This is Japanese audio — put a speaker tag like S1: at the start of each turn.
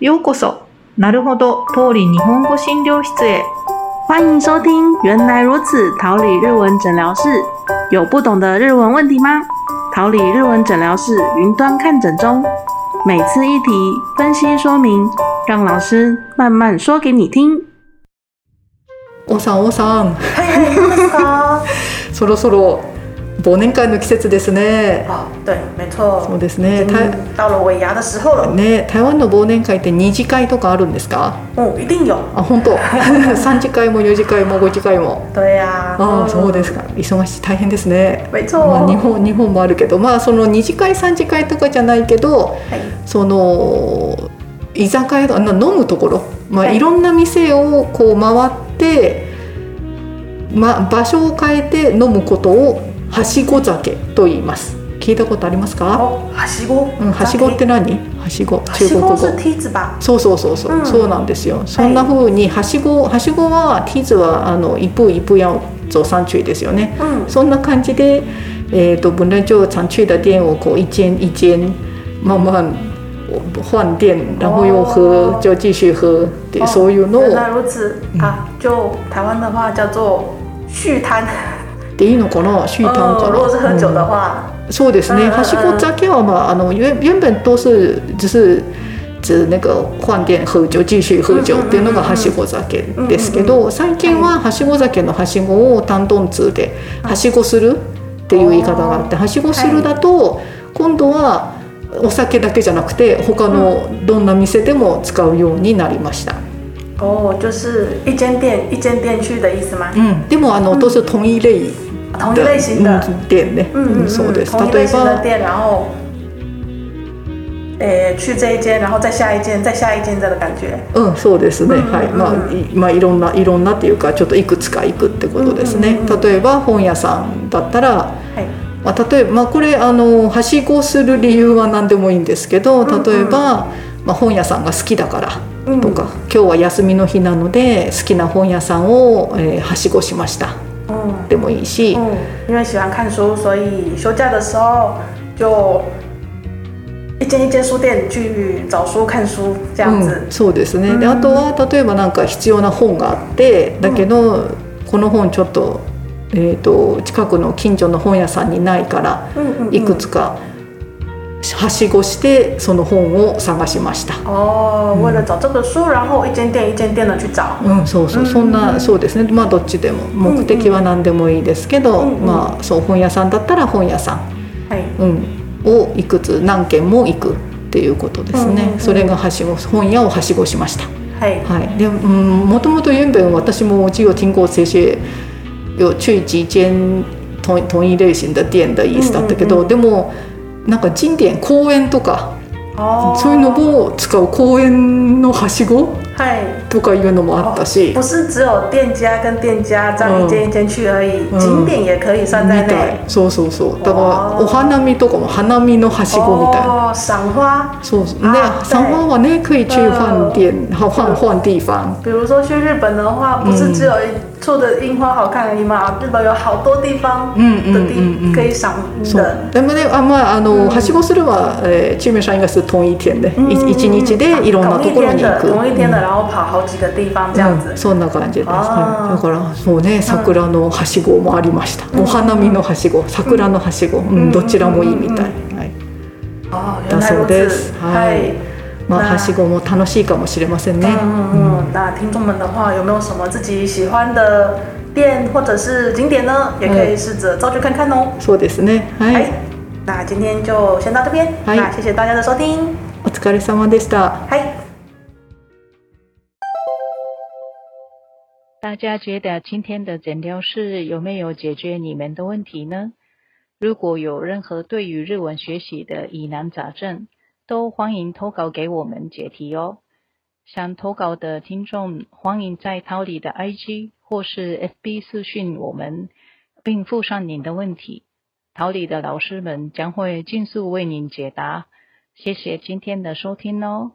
S1: ようこそ、なるほど、通り日本語診療室へ。
S2: 欢迎收听《原来如此》桃李日文诊疗室。有不懂的日文问题吗？桃李日文诊疗室云端看诊中，每次一题分析说明，让老师慢慢说给你听。
S1: おさん、おさん、
S3: はいはい、どうですか。
S1: そろそろ忘年会の季節ですね。
S3: あ、对，没错
S1: そう。ですね。台
S3: 嗯到了尾牙的时候了，
S1: ね、台湾の忘年会って二次会とかあるんですか？
S3: 哦，一定有。
S1: あ、本当。 三次会も四次会も五次会も。
S3: 对呀、
S1: あ
S2: 哦
S1: あ、そう
S3: 的。
S1: ですか。忙しい、大変ですね。
S3: 没错。哦
S1: まあ、日本日本もあるけど、まあその二次会三次会とかじゃないけど、
S3: はい
S1: その居酒屋とかな飲むところ、まあ、
S3: はい
S1: いろんな店をこう回って、ま、場所を変えて飲むことをはしご酒と言います聞いたことありますか、
S3: 哦，哈西锅。
S2: 嗯
S1: うん、はしごって何はしご
S3: 哈
S1: 中
S3: 西
S1: 国
S3: 锅
S1: 語
S3: 是梯子吧？
S1: そうそうそうそう、
S3: うん
S1: そうなんですよそんな風にはしごはしごはティーズはあの一步一步要走上去ですよね
S3: 嗯，
S1: そんな感じで、えー、と本来就常去的店をこう一间一间慢慢换店，然后又喝
S3: 哦
S1: 就继续喝，对，
S3: 哦
S1: 所有の
S3: 原来如此啊！就台湾的话叫做续摊。
S1: でいいのかな？续攤
S3: 呃
S1: か
S3: 如果是喝
S1: な？
S3: 酒的话，
S1: 嗯そうです
S3: 嗯
S1: ね。
S3: 嗯
S1: はしご酒はまああの原原本都是只是指那个换店喝酒继续喝酒っていう
S3: うんうん
S1: のが
S3: うんうん
S1: はしご酒ですけど、最近ははしご酒のはしごを担当通ではしごするっていう言い方があって、はしごするだと今度はお酒だけじゃなくて他のどんな店でも使うようになりました。
S3: 哦，就是一间店一间店去的意思吗？
S1: うん、でもあの都是同一類
S3: 同一类型的，
S1: うん店ね。
S3: 嗯嗯
S1: うんそう
S3: 嗯，
S1: です。
S3: 同一类
S1: 例え
S3: 型的
S1: ば。
S3: 店，然后。诶，去这一间，然后再下一间，再下一间这样的感觉。
S1: うん、そうです
S3: うんう
S1: ね。
S3: んうん
S1: はい、まあ、いまあ、いろんな、いろんなっていうか、ちょっといくつか行くってことですね。
S3: うんうんうん
S1: 例えば、本屋さんだったら、
S3: はい。
S1: まあ、例えば、まあ、これ、あの、はしごする理由は何でもいいんですけど、
S3: んうん
S1: 例えば。まあ、本屋さんが好きだから
S3: うん
S1: とか、今日は休みの日なので、好きな本屋さんを、えーはしごしました。
S3: 嗯。
S1: でもいいし、
S3: 嗯，因为喜欢看书，所以休假的时候就一间一间书店去找书、看书这样子。
S1: うん、そうですね、で
S3: うん
S1: あとは例えばなんか必要な本があってだけど、この本ちょっと,、えー、と近くの近所の本屋さんにないから
S3: 嗯嗯
S1: いくつかはしごしてその本を探しました。
S3: 哦，为了找这个书，然后一间店一间店的去找。
S1: うん、そうそう、
S3: うん
S1: そんな、そうですね、まあ、どっちでも、目的は何でもいいですけど、
S3: うんうん
S1: まあ、そう、本屋さんだったら、本屋さん。
S3: 哎，
S1: うん、をいくつ、何軒も行くっていうことで
S3: う
S1: すね。
S3: んうんうん
S1: それがはしご、本屋をはしごしました。
S3: 哎，
S1: はい、で、うん、もともと原本私も只有听过这些有去几间同同一类型的店的意思だったけ
S3: う
S1: ど、
S3: んうん
S1: でもなんか人典公園とか、
S3: 哦，
S1: そういうのも使う公園のはしご
S3: 嗨，
S1: とかいうのもあったし、
S3: 不是只有店家跟店家这样一间一间去而已，
S1: 嗯
S3: 景点也可以算
S1: み
S3: 在
S1: た
S3: 内
S1: い。そうそうそうだから
S3: わー
S1: お花見とかも花見のはしごみたいな。
S3: 哦，赏花，
S1: そうそうね
S3: あ、
S1: 三花はね、可以去换店、好换换地方。
S3: 比如说去日本的话，不是只有一处的樱花好看而已嘛，日本有好多地方
S1: 嗯嗯
S3: 的
S1: 嗯嗯
S3: 地可以赏樱
S1: そ
S3: 的
S1: う。でもねあまああの、はしごするは、えー、チーム社員がする統一店で、い一日でいろんなところに行く。
S3: 嗯同一天的，然后跑好几个地方这样子
S1: うん。そんな感じです、
S3: あー
S1: はい、だからそうね桜のはしごもありました、お花見のはしご桜のはしご、うん
S3: うん
S1: どちらもいいみたい、はい、嗯
S3: 哦，原来如
S1: だそうで
S3: 此
S1: す。はい
S3: 嗨，
S1: まあ
S3: まあ
S1: はしごも楽しいかもしれませんね、
S3: 嗯嗯嗯。那听众们的话，有没有什么自己喜欢的店或者是景点呢？也可以试着照去看看哦。
S1: そうですねは
S3: 哎
S1: い，
S3: 那今天就先到这边。
S1: 嗨
S3: 那谢谢大家的收听。哎
S1: お疲れ様でした
S3: 嗨。
S4: 大家觉得今天的诊疗室有没有解决你们的问题呢？如果有任何对于日文学习的疑难杂症，都欢迎投稿给我们解题哦。想投稿的听众，欢迎在桃李的 IG 或是 FB 私讯我们，并附上您的问题。桃李的老师们将会尽速为您解答。谢谢今天的收听哦。